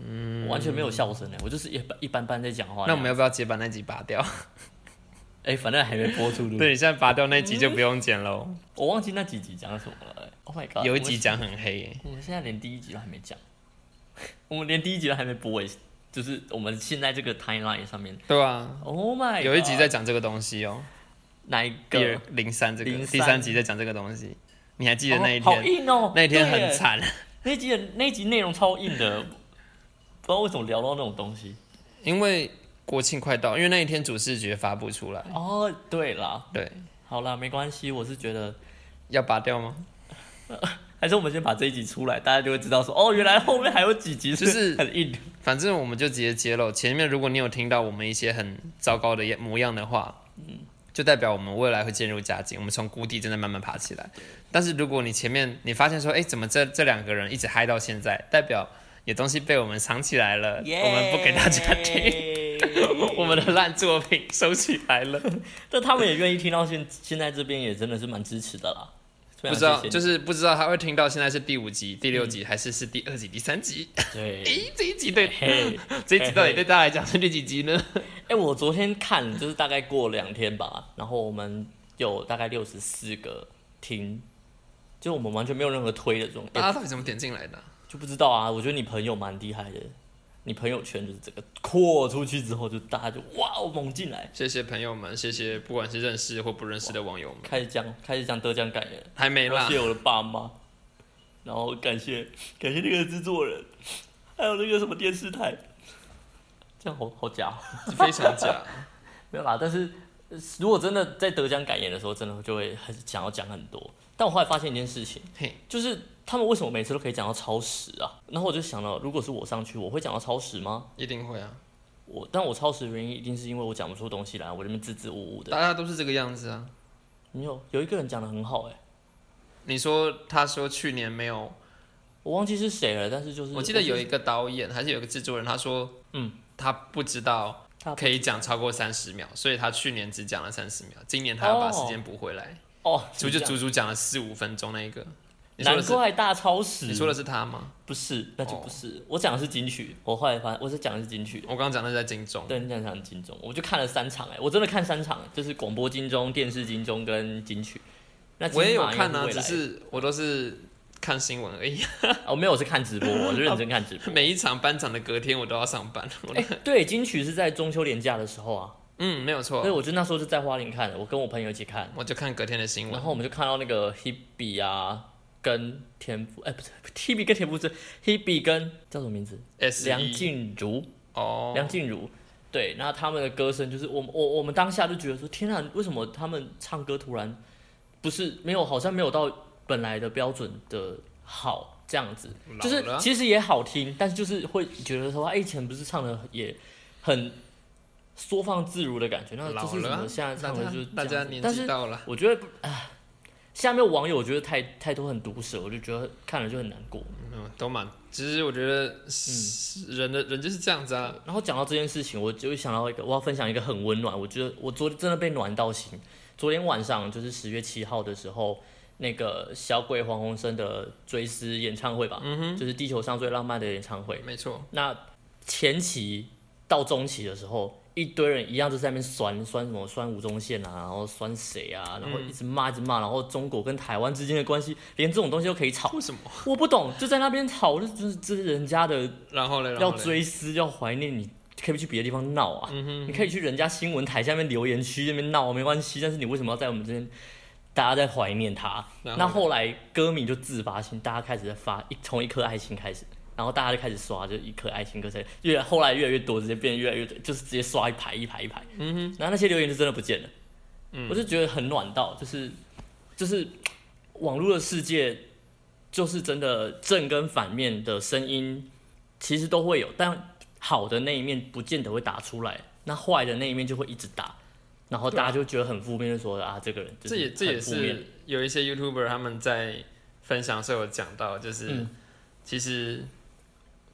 S1: 嗯，完全没有笑声呢、我就是一般一般般在讲话。
S2: 那我们要不要直接把那集拔掉？
S1: 哎、反正还没播出，对不
S2: 对，你现在拔掉那集就不用剪喽。
S1: 我忘记那几集讲什么了、欸。Oh my god！
S2: 有一集讲很黑耶，
S1: 我们，我们现在连第一集都还没讲，我们连第一集都还没播诶、就是我们现在这个 timeline 上面
S2: 对啊，
S1: ，Oh my！
S2: 有一集
S1: god
S2: 在讲这个东西哦，
S1: 哪一个
S2: 第二？啊零三这个，
S1: 03
S2: 第三集在讲这个东西，你还记得那一
S1: 哦好
S2: 天？
S1: 硬哦，
S2: 那一天
S1: 对耶
S2: 很，惨，
S1: 那一集的那一集内容超硬 的，不知道为什么聊到那种东西。
S2: 因为国庆快到，因为那一天主视觉发不出来，
S1: 哦，对啦，
S2: 对，
S1: 好啦，没关系，我是觉得。
S2: 要拔掉吗？
S1: 还是我们先把这一集出来，大家就会知道说，哦，原来后面还有几集
S2: 就是
S1: 很硬的。
S2: 反正我们就直接揭露前面，如果你有听到我们一些很糟糕的样模样的话，就代表我们未来会渐入佳境，我们从谷底真的慢慢爬起来。但是如果你前面你发现说，哎、怎么这这两个人一直嗨到现在，代表有东西被我们藏起来了我们不给大家听，
S1: 听
S2: 我们的烂作品收起来 了。
S1: 但他们也愿意听到现现在这边也真的是蛮支持的啦。非
S2: 不
S1: 常
S2: 知道
S1: 谢谢你嗯
S2: 就是不知道他会听到现在是第五集、第六集，还是是第二集、第三集？
S1: 对，
S2: 诶，这一集对
S1: 嘿，
S2: 这一集到底对大家来讲是第几集呢？
S1: 哎、我昨天看就是大概过两天吧，然后我们有大概六十四个听，就我们完全没有任何推的这种，哎
S2: 大啊家到底怎么点进来的啊？
S1: 就不知道啊。我觉得你朋友蛮厉害的，你朋友圈就是这个扩出去之后，就大家就哇哦猛进来，
S2: 谢谢朋友们，谢谢不管是认识或不认识的网友们，
S1: 嗯开始讲开始讲得奖感言，
S2: 还没啦
S1: 感。谢我的爸妈，然后感谢感谢那个制作人，还有那个什么电视台，这样好好假哦。
S2: 非常假。
S1: 没有啦，但是呃如果真的在得奖感言的时候，真的就会很想要讲很多。但我后来发现一件事情，
S2: 嘿，
S1: 就是他们为什么每次都可以讲到超时啊？然后我就想到，如果是我上去，我会讲到超时吗？
S2: 一定会啊，
S1: 我，但我超时的原因一定是因为我讲不出东西来，我这边支支吾吾的。
S2: 大家都是这个样子啊。
S1: 没有，有一个人讲的很好、欸，哎，
S2: 你说他说去年没有，
S1: 我忘记是谁了，但是嗯就是
S2: 我记得有一
S1: 个
S2: 个导演还是有一个制作人，他说，
S1: 嗯，
S2: 他不知道
S1: 他
S2: 可以讲超过三十秒，所以他去年只讲了三十秒，今年他要把时间补回来，
S1: 哦，
S2: 所以就
S1: 这样
S2: 足足讲了四五分钟那一个。你说的
S1: 难
S2: 是
S1: 怪大超时。
S2: 你说的是哦他吗？
S1: 不是，那就不是。我讲的是金曲，我后来发我是讲的是金曲。
S2: 我刚刚讲的是在金钟，
S1: 对，你讲讲金钟，我就看了三场哎、我真的看三场、就是广播金钟、电视金钟跟金曲。那金
S2: 我也有
S1: 马应该
S2: 看啊，
S1: 未
S2: 只
S1: 来
S2: 是我都是看新闻而已。
S1: 哦，没有，我是看直播，我是认真看直播。
S2: 每一场颁奖的隔天我都要上班， 我都
S1: 哎、对，金曲是在中秋连假的时候啊，
S2: 嗯，没有错
S1: 所以，我就那时候是在花莲看的，我跟我朋友一起看，
S2: 我就看隔天的新闻
S1: 然。后我们就看到那个 Hebe 啊，跟田馥，哎、不是 Hebe 跟田馥甄，Hebe 跟叫什么名字？
S2: S
S1: 梁
S2: 一
S1: 静茹，
S2: 哦，
S1: 梁静茹。对，那他们的歌声就是我们我我们当下就觉得说，天啊，为什么他们唱歌突然不是没有好像没有到本来的标准的好这样子，就
S2: 老
S1: 是
S2: 了
S1: 其实也好听，但是就是会觉得说，哎，以前不是唱的也很缩放自如的感觉，那
S2: 老
S1: 就是怎
S2: 了
S1: 么现在唱的就是
S2: 大
S1: 这
S2: 家
S1: 样
S2: 大家
S1: 子
S2: 年
S1: 但
S2: 纪
S1: 是
S2: 到了，
S1: 我觉得不，唉下面网友我觉得太太多很毒舌，我就觉得看了就很难过。
S2: 嗯，都蛮。其实我觉得
S1: 嗯
S2: 人的人就是这样子啊，
S1: 然后讲到这件事情，我就会想到一个，我要分享一个很温暖，我觉得我昨天真的被暖到心。昨天晚上就是十月七号的时候，那个小鬼黄鸿升的追思演唱会吧，就是地球上最浪漫的演唱会。
S2: 嗯没错，
S1: 那前期到中期的时候，一堆人一样就在那边酸酸什么酸吴宗宪啊，然后酸谁啊，然后一直骂一直骂，然后中国跟台湾之间的关系，连这种东西都可以吵，
S2: 为什么？
S1: 我不懂，就在那边吵，就就是这是人家的
S2: 然后嘞，嗯然
S1: 要
S2: 后嘞，
S1: 追思，要怀念，你可以去别的地方闹啊，你可以去人家新闻台下面留言区那边闹啊，没关系。但是你为什么要在我们这边，大家在怀念他？
S2: 然
S1: 那
S2: 后
S1: 后来歌迷就自发性，大家开始在发一从一颗爱心开始，然后大家就开始刷，就一颗爱心，颗才越后来越来越多，直接变越来越就是直接刷一排一排一排，嗯哼，然后那些留言就真的不见了，嗯，我就觉得很暖到，就是就是网络的世界，就是真的正跟反面的声音其实都会有，但好的那一面不见得会打出来，那坏的那一面就会一直打。然后大家就觉得很负面，就说啊，这个人就
S2: 这也这也
S1: 很负面
S2: 是有一些 YouTuber 他们在分享的时候有讲到，就是
S1: 嗯
S2: 其实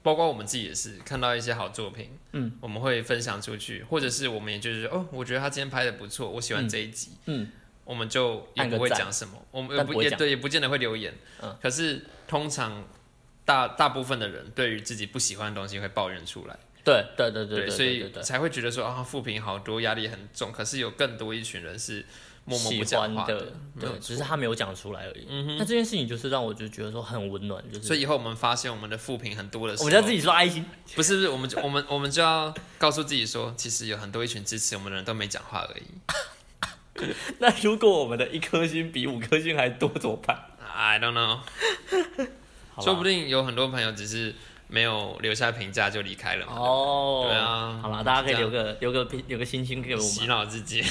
S2: 包括我们自己也是看到一些好作品，
S1: 嗯，
S2: 我们会分享出去，或者是我们也就是哦，我觉得他今天拍的不错，我喜欢
S1: 嗯
S2: 这一集，
S1: 嗯，
S2: 我们就也
S1: 按个
S2: 不会
S1: 赞
S2: 讲什么，我们也
S1: 但不
S2: 不
S1: 会
S2: 也
S1: 讲
S2: 对也不见得会留言。
S1: 嗯
S2: 可是通常大大部分的人对于自己不喜欢的东西会抱怨出来，
S1: 对对对对
S2: 所以
S1: 对对
S2: 才会觉得说啊，负评好多，压力很重。可是有更多一群人是默默不
S1: 喜
S2: 讲
S1: 欢
S2: 话
S1: 的，
S2: 没
S1: 对，
S2: 有错嗯
S1: 只是。他没有讲出来而已。那这件事情就是让我就觉得说很温暖，就是
S2: 所以以后我们发现我们的负评很多的时
S1: 我
S2: 候，
S1: 们要自己刷爱心，
S2: 不是不是，我们就 我们我们就要告诉自己说，其实有很多一群支持我们的人都没讲话而已。
S1: 那如果我们的一颗星比五颗星还多怎么办？
S2: I don't know，
S1: 好吧
S2: 说不定有很多朋友只是没有留下评价就离开了嘛。
S1: 哦，
S2: 对啊
S1: 好啦，大家可以
S2: 这样
S1: 留个留个评留个星星给我
S2: 洗
S1: 们，
S2: 脑自己。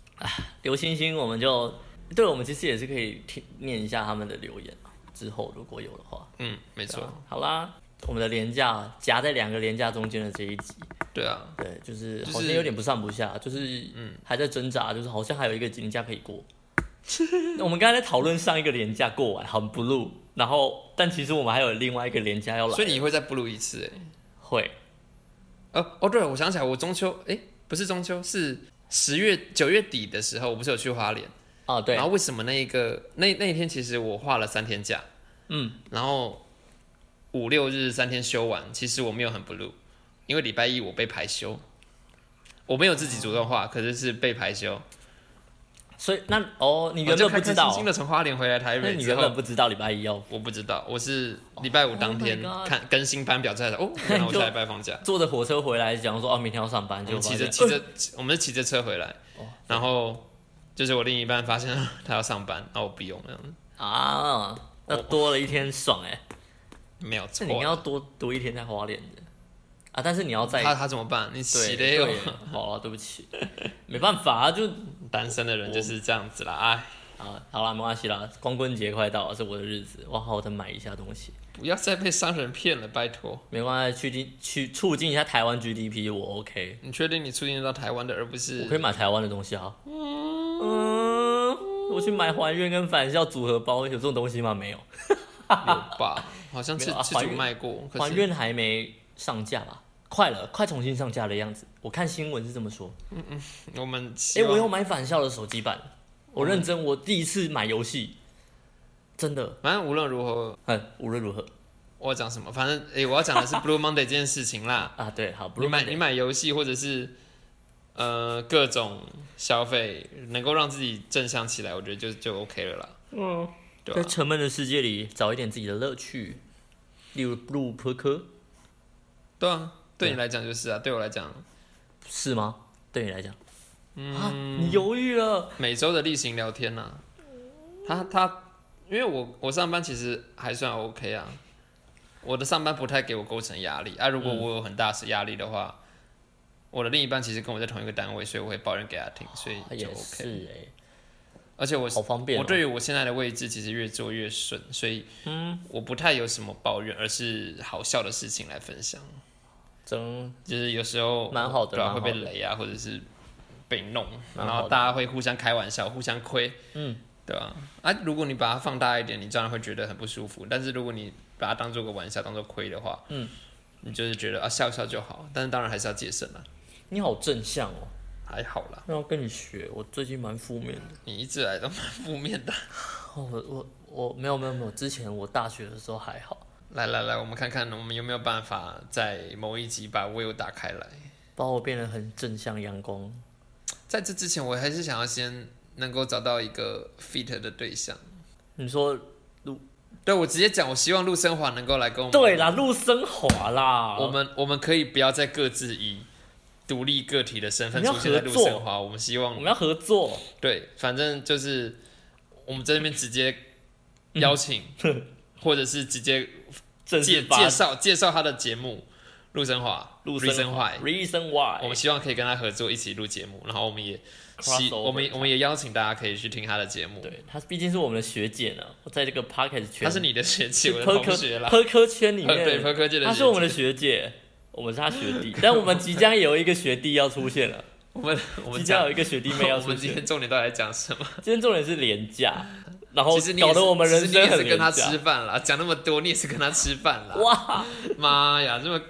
S1: 留星星我们就对我们其实也是可以听念一下他们的留言嘛，之后如果有的话，
S2: 嗯，没错，
S1: 好啦，我们的廉价夹在两个廉价中间的这一集，
S2: 对啊，
S1: 对，就是
S2: 就是
S1: 好像有点不上不下，就是嗯，还在挣扎，就是好像还有一个年假可以过。 那我们刚才在讨论上一个年假过完很 blue，然后但其实我们还有另外一个年假要来，
S2: 所以你会再 blue 一次哎、
S1: 会
S2: 哦哦，对了，我想起来，我中秋哎、不是中秋，是十月九月底的时候，我不是有去花莲。
S1: 啊，对
S2: 然，后为什么那一个那那一天其实我画了三天假，
S1: 嗯，
S2: 然后五六日三天休完，其实我没有很 blue，因为礼拜一我被排休，我没有自己主动画，可是是被排休。
S1: 所以那哦，你
S2: 你
S1: 原本不知道，
S2: 新的从花莲回来台
S1: 那
S2: 北
S1: 你
S2: 之
S1: 原本
S2: 后。
S1: 不知道礼拜一要
S2: 我不知道，我是礼拜五当天
S1: Oh my god
S2: 看更新班表出来的，哦，原来我下礼拜 放假。
S1: 坐着火车回来，讲说哦，明天要上班，
S2: 我
S1: 就
S2: 们骑着
S1: 发现
S2: 骑着， 我们是骑着车回来
S1: 哦，
S2: 然后就是我另一半发现 他要上班，然后我不用那样，
S1: 啊，那多了一天爽哎、
S2: 没有
S1: 这
S2: 错
S1: 你应该。要多多一天在花莲的啊，但是你要在
S2: 他他怎么办？你
S1: 对
S2: 洗的
S1: 对
S2: 哟，
S1: 好了，对不起，没办法啊，就
S2: 单身的人就是这样子啦，哎，
S1: 啊，好啦，没关系啦，光棍节快到了，是我的日子，我好好的买一下东西，
S2: 不要再被商人骗了，拜托。
S1: 没关系，去进去促进一下台湾 GDP，我 OK，
S2: 你确定你促进到台湾的，而不
S1: 我可以
S2: 是
S1: 买台湾的东西啊，嗯，我去买还愿跟返校组合包，有这种东西吗？没有，
S2: 有 吧？好像
S1: 没
S2: 是
S1: 有啊
S2: 自
S1: 还
S2: 主
S1: 愿
S2: 卖过，可
S1: 还
S2: 是
S1: 愿还没上架吧？快了，快重新上架的样子，我看新闻是这么说。
S2: 我们
S1: 哎、
S2: 希
S1: 我
S2: 望嗯
S1: 有买返校的手机版，我认真，我第一次买游戏，真的，
S2: 反正无论如何，
S1: 嗯，无论如何
S2: 我要讲什么，反正哎，我要讲的是 Blue Monday 这件事 情啦。
S1: 啊，对，好，不
S2: 你
S1: 论
S2: 买你买游戏或者是呃各种消费，能够让自己正向起来，我觉得就就 OK 了啦。
S1: 嗯，
S2: 对吧
S1: 在沉闷的世界里找一点自己的乐趣，例如录播客，
S2: 对啊，对你来讲就是啊，对我来讲，
S1: 是吗？对你来讲，啊，你犹豫了，
S2: 每周的例行聊天呐、啊他他因为我我上班其实还算 OK 啊，我的上班不太给我构成压力啊。如果我有很大的压力的话，我的另一半其实跟我在同一个单位，所以我会抱怨给他听，所以
S1: 啊
S2: 就
S1: 也
S2: OK。
S1: 是哎、
S2: 而且我
S1: 好方便、哦，
S2: 我对于我现在的位置其实越做越顺，所以嗯，我不太有什么抱怨，而是好笑的事情来分享。
S1: 真
S2: 就是有时候
S1: 蛮好的
S2: 对、啊，
S1: 蛮好
S2: 会
S1: 的
S2: 被雷啊，或者是被弄，
S1: 蛮好的
S2: 然后大家会互相开玩笑，互相亏，嗯，对吧、啊？如果你把它放大一点，你当然会觉得很不舒服。但是如果你把它当做个玩笑，当做亏的话，嗯，你就是觉得啊笑笑就好，但是当然还是要节省啦，
S1: 你好正向哦，
S2: 还好啦，
S1: 那要跟你学，我最近蛮负面的，
S2: 你一直来都蛮负面的。
S1: 哦我我我没有没有没有，之前我大学的时候还好。
S2: 来来来，我们看看我们有没有办法在某一集把 Will 打开来。
S1: 把我变得很正向阳光。
S2: 在这之前，我还是想要先能够找到一个 fit 的对象。
S1: 你说
S2: 对我直接讲，我希望陆生华能够来跟我们。
S1: 对啦，陆生华啦，
S2: 我们我们可以不要再各自以独立个体的身份
S1: 我们要
S2: 出
S1: 合
S2: 现在陆
S1: 作嗯
S2: 生华。我们希
S1: 我
S2: 望
S1: 们要合 作，
S2: 对，反正就是我们在那边直接邀请，或者是直接
S1: 嗯正
S2: 介
S1: 式发
S2: 介绍介绍他的节目。陆生华，
S1: 陆
S2: 生
S1: 生
S2: 华
S1: 华。，Reason
S2: 我们
S1: Why，
S2: 希望可以跟他合作，一起录节目，然后我们也希
S1: Crossover
S2: 我们我们也邀请大家可以去听他的节目。
S1: 对，她毕竟是我们的学姐呢，我在这个 p o c k e t 圈，
S2: 他是你的学姐，
S1: 是
S2: 我的
S1: 科
S2: 同
S1: 科
S2: 学啦，
S1: 科科圈里
S2: 呃 对，
S1: 面，
S2: 科科界的学姐。
S1: 她是我们的学姐，我们是她学弟，但我们即将有一个学弟要出现了，
S2: 我们我们
S1: 即将
S2: 讲
S1: 有一个学弟妹要
S2: 我
S1: 出
S2: 们今
S1: 现
S2: 天。重点到底在讲什么？
S1: 今天重点是廉价，然后
S2: 其实你也
S1: 搞
S2: 是
S1: 得我们人
S2: 其实
S1: 生
S2: 你也
S1: 很
S2: 是跟他
S1: 廉价
S2: 吃。饭啦，讲那么多，你也是跟他吃饭啦。
S1: 哇，
S2: 妈呀，这么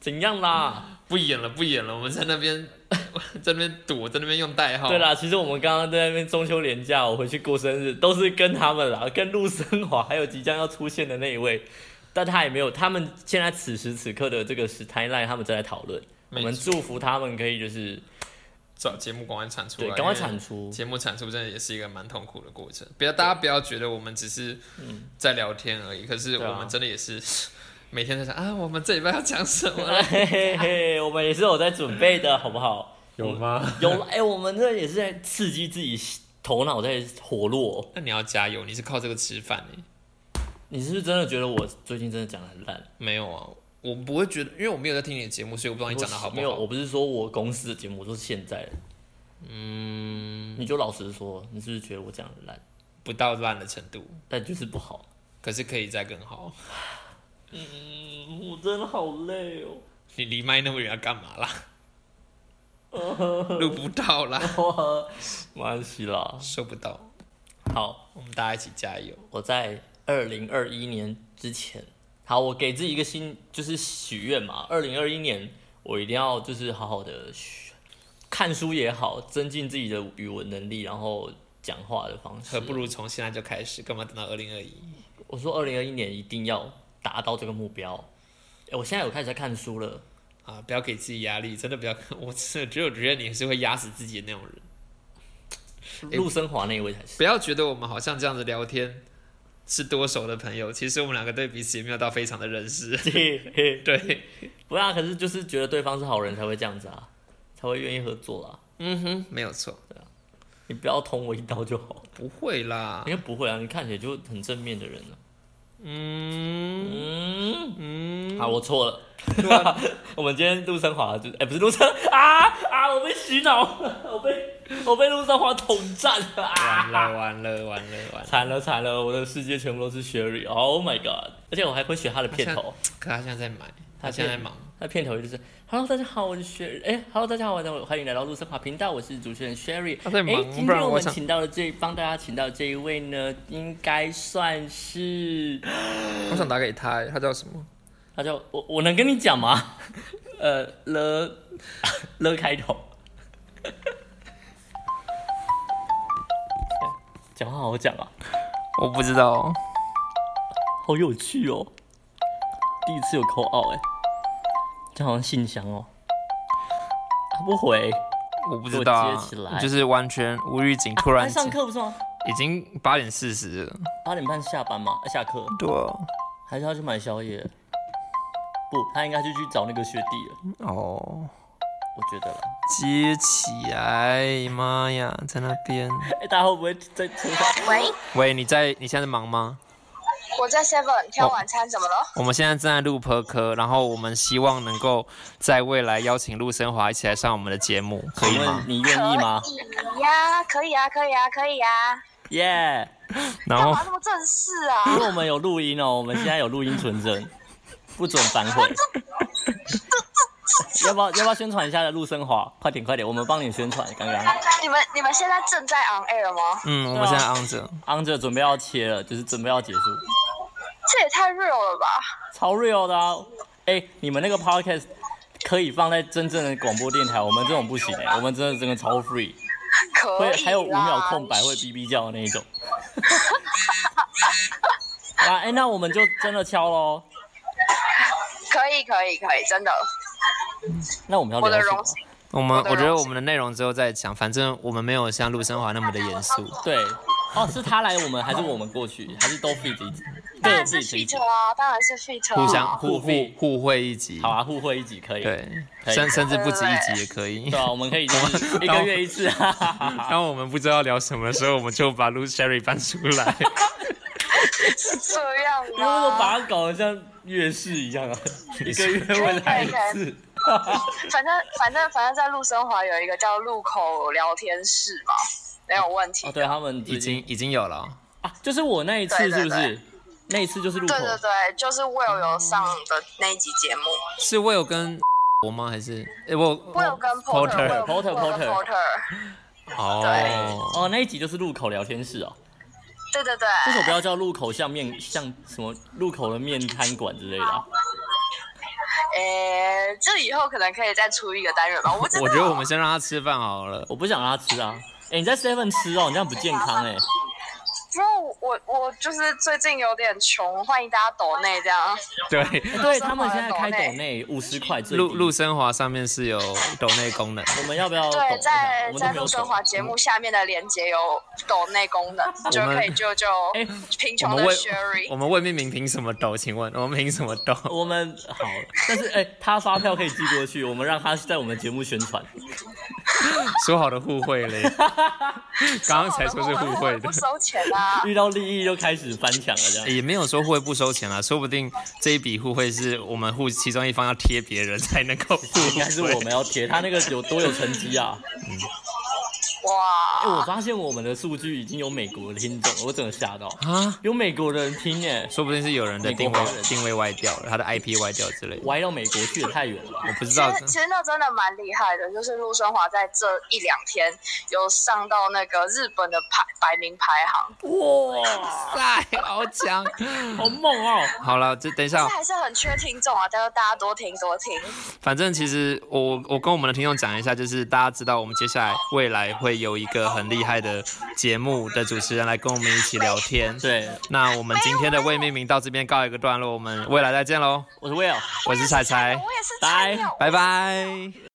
S1: 怎样啦？
S2: 不演了，不演了，我们在那边 在那边躲，在那边用代号。
S1: 对，啦，其实我们刚刚在那边中秋连假，我回去过生日，都是跟他们啦， 跟陆生华还有即将要出现的那一位，但他也没有，他们现在此时此刻的这个时 timeline，他们正在讨论，我
S2: 没
S1: 们祝福他们可以就是
S2: 找节目赶快产出
S1: 对
S2: 来，
S1: 赶快
S2: 因为
S1: 产出，
S2: 节目产 出真的也是一个蛮痛苦的过程，不要大家不要觉得我们只是在聊天而已，可是
S1: 嗯对啊
S2: 我们真的也是 每天在想啊，我们这礼拜要讲什么？
S1: 嘿嘿嘿，我们也是有在准备的，好不好？
S2: 有吗？
S1: 有啦，哎、我们这也是在刺激自己头脑在活络。
S2: 那你要加油，你是靠这个吃饭欸诶、
S1: 你是不是真的觉得我最近真的讲的很烂？
S2: 没有啊，我不会觉得，因为我没有在听你的节目，所以我不知道你哎讲的好不
S1: 没有，
S2: 好。
S1: 我不是说我公司的节目，我说现在的。嗯，你就老实说，你是不是觉得我讲的烂？
S2: 不到烂的程度，
S1: 但就是不好。
S2: 可是可以再更好。
S1: 嗯，我真的好累哦。
S2: 你离麦那么远要干嘛啦？录不到啦，
S1: 没关系啦。
S2: 收不到。
S1: 好，
S2: 我们大家一起加油。
S1: 我在二零二一年之前，好，我给自己一个新就是许愿嘛。二零二一年我一定要就是好好的看书也好，增进自己的语文能力，然后讲话的方式。
S2: 何不如从现在就开始？干嘛等到二零二一？
S1: 我说二零二一年一定要达到这个目标。诶我现在有开始在看书了，
S2: 啊，不要给自己压力，真的不要。我真的只有觉得你是会压死自己的那种人。
S1: 陆生华那一位才 是。
S2: 不要觉得我们好像这样子聊天是多熟的朋友，其实我们两个对彼此也没有到非常的认识。 对，
S1: 不然、啊，可是就是觉得对方是好人才会这样子啊，才会愿意合作啊。
S2: 嗯哼，没有错，
S1: 你不要捅我一刀就好，
S2: 不会啦。
S1: 应该不会啊，你看起来就很正面的人了、
S2: 嗯
S1: 嗯，
S2: 嗯，
S1: 好，我错了。
S2: 对啊
S1: 我们今天陆生华就是，哎、不是陆生啊啊，我被洗脑了，我被我被陆生华统战了啊！
S2: 完了完了完了完了。
S1: 惨了惨了，我的世界全部都是 Sherry，Oh my god！而且我还会学他的片头，
S2: 可他现在在买，他现在在忙。
S1: 他片头就是 “Hello，大家好，我是 Sherry”，哎、h e l l o 大家好，我欢迎来到陆生华频道，我是主持人 Sherry。
S2: 他在
S1: 哎、
S2: 忙，
S1: 今
S2: 不
S1: 天
S2: 然
S1: 我
S2: 我
S1: 们
S2: 想
S1: 请到的这帮大家请到的这一位呢，应该算是
S2: 我想打给他，他叫什么？
S1: 他叫我我能跟你讲吗？ 呃了了开头，讲话好好讲啊，
S2: 我不知道。
S1: 好有趣哦，第一次有口奥哎，这好像信箱哦，他不回，
S2: 我不知道
S1: 给我
S2: 啊
S1: 接起来，啊
S2: 就是完全无预警，突
S1: 他
S2: 然
S1: 上
S2: 间
S1: 课不是吗？
S2: 已经八点四十了，
S1: 八点半下班嘛，呃下课
S2: 对啊
S1: 还是要去买宵夜？不，他应该就去找那个学弟了，
S2: 哦，
S1: 我觉得啦。
S2: 接起来，妈呀，在那边。
S1: 哎、大家会不会在车上？
S3: 喂，
S2: 喂，你在你现在在忙吗？
S3: 我在
S1: 哦
S3: Seven 挑晚餐，怎么了？
S2: 我们现在正在录播科，然后我们希望能够在未来邀请陆生华一起来上我们的节目，可以
S1: 请问
S2: 吗？
S1: 你愿意吗？
S3: 可以呀，可以呀，可以呀，可以呀，
S1: 耶、哦
S2: 然
S3: 干
S2: 后
S3: 嘛那么正式
S1: 因
S3: 啊？
S1: 为我们有录音哦，我们现在有录音存证，不准反悔。要不要要不要宣传一下陆生华？快点快点，我们帮你宣传。刚刚
S3: 你们你们现在正在 on air 吗？
S2: 嗯，我们 现
S1: 啊
S2: 在 on 着，
S1: 昂着准备要切了，就是准备要结束，
S3: 这也太 real 了吧！
S1: 超 real 的啊！哎、你们那个 podcast 可以放在真正的广播电台，我们这种不行哎、我们真的真的超 free，
S3: 可以
S1: 会
S3: 啊啦，
S1: 还有五秒空白会哔哔叫的那一种。 啊，哎、那我们就真的敲喽。
S3: 可以，可以，可以，真的，
S1: 那我们要
S3: 我
S1: 聊
S3: 的
S1: 什么
S3: 荣？幸。
S2: 我们
S3: 我的
S2: 我觉得
S3: 荣幸
S2: 我们的内容之后再讲，反正我们没有像陆生华那么的严肃。
S1: 对，哦，是他来我们，还是我们过去，还是都 fit 一 集？
S3: 当
S1: 都有
S3: 然
S1: 自
S3: 是
S1: 己一集
S3: fit。啊，当然是 fit 啊。
S2: 互相
S1: 互
S2: 互互
S1: 费
S2: 互惠一集。
S1: 好啊，互惠一集可以。
S2: 对，
S1: 可以
S2: 甚甚至不止一集也可以
S1: 对。啊啊，我们可以 就是一个月一次。哈哈哈哈
S2: 当我们不知道聊什么的时候，我们就把 Lu Sherry 搬出 来。
S3: 是这样
S1: 如果
S3: 啊。
S1: 把它搞得像月事一 样啊，一个月会来一次。
S3: 反正反正反正，在陆生华有一个叫路口聊天室嘛，没有问题
S1: 哦，。对他们最
S2: 已
S1: 近
S2: 经已经有了哦，
S1: 啊，就是我那一次是不
S3: 对对
S1: 是？那一次就是路口
S3: 对对对，就是 Will 有上的那一集节目
S2: 是 Will 跟 我吗？还是诶我
S3: ，Will 跟
S2: Porter
S3: Porter，Will
S1: Porter-
S3: Will 跟
S1: Porter
S3: Porter，
S2: 哦，
S1: 哦，那一集就是路口聊天室哦。
S3: 对对
S1: 为什么
S3: 对，
S1: 不要叫路口像面 像什么路口的面摊馆之类的啊？
S3: 诶，呃这以后可能可以再出一个单元吧，我不知道。
S2: 我觉得我们先让他吃饭 好了。
S1: 我不想让他吃啊。哎，你在 Seven 吃哦，你这样不健康哎。
S3: 因为我我就是最近有点穷，欢迎大家抖内这
S2: 哦
S3: 样。
S2: 对，
S1: 欸对他们现在开抖内五十块最低，
S2: 陆陆生华上面是有抖内功能，
S1: 我们要不要抖一
S2: 啊
S3: 对，
S1: 下？
S3: 在
S1: 我们
S3: 在
S1: 都没
S3: 陆
S1: 有
S3: 生
S1: 抖。
S3: 华节
S2: 嗯
S3: 目下面的连接有抖内功能，就可以救救
S1: 哎
S3: 贫
S2: 我
S3: 穷
S2: 们
S3: 的
S2: 为我
S3: Sherry。
S2: 们为命名凭什么抖？请问我们凭什么抖？
S1: 我们好，但是哎、他发票可以寄过去，我们让他在我们节目宣传。
S2: 说好的互惠 嘞，刚刚才说是互惠的
S3: 不。收钱啊！
S1: 遇到利益就开始翻墙了，这样。
S2: 也没有说会不收钱啦，说不定这一笔互惠是我们互其中一方要贴别人才能够互惠，
S1: 应该是我们要贴他那个有多有成绩啊！
S3: 哇
S1: 哎、，我发现我们的数据已经有美国的听众了，我整个吓到，
S2: 啊，
S1: 有美国人听哎，
S2: 说不定是有人的
S1: 美国
S2: 定位
S1: 华人
S2: 定位歪掉了，他的 IP 歪掉之类的，我
S1: 歪到美国去也太远了吧？
S2: 不知
S3: 其
S2: 道。
S3: 实其实那真的蛮厉害的，就是陆生华在这一两天有上到那个日本的排排名排行，
S2: 哇塞，哎好 强！
S1: 好梦哦！
S2: 好了，这等一下
S3: 这，还是很缺听众啊，但是大家多听多听。
S2: 反正其实我我跟我们的听众讲一下，就是大家知道我们接下来未来会有一个很厉害的节目的主持人来跟我们一起聊天。
S1: 对，
S2: 那我们今天的未命名到这边告一个段落，我们未来再见喽！
S1: 我是 Will。
S2: 我是彩彩，
S3: 我也是菜
S1: 拜
S3: 鸟，
S2: 拜拜。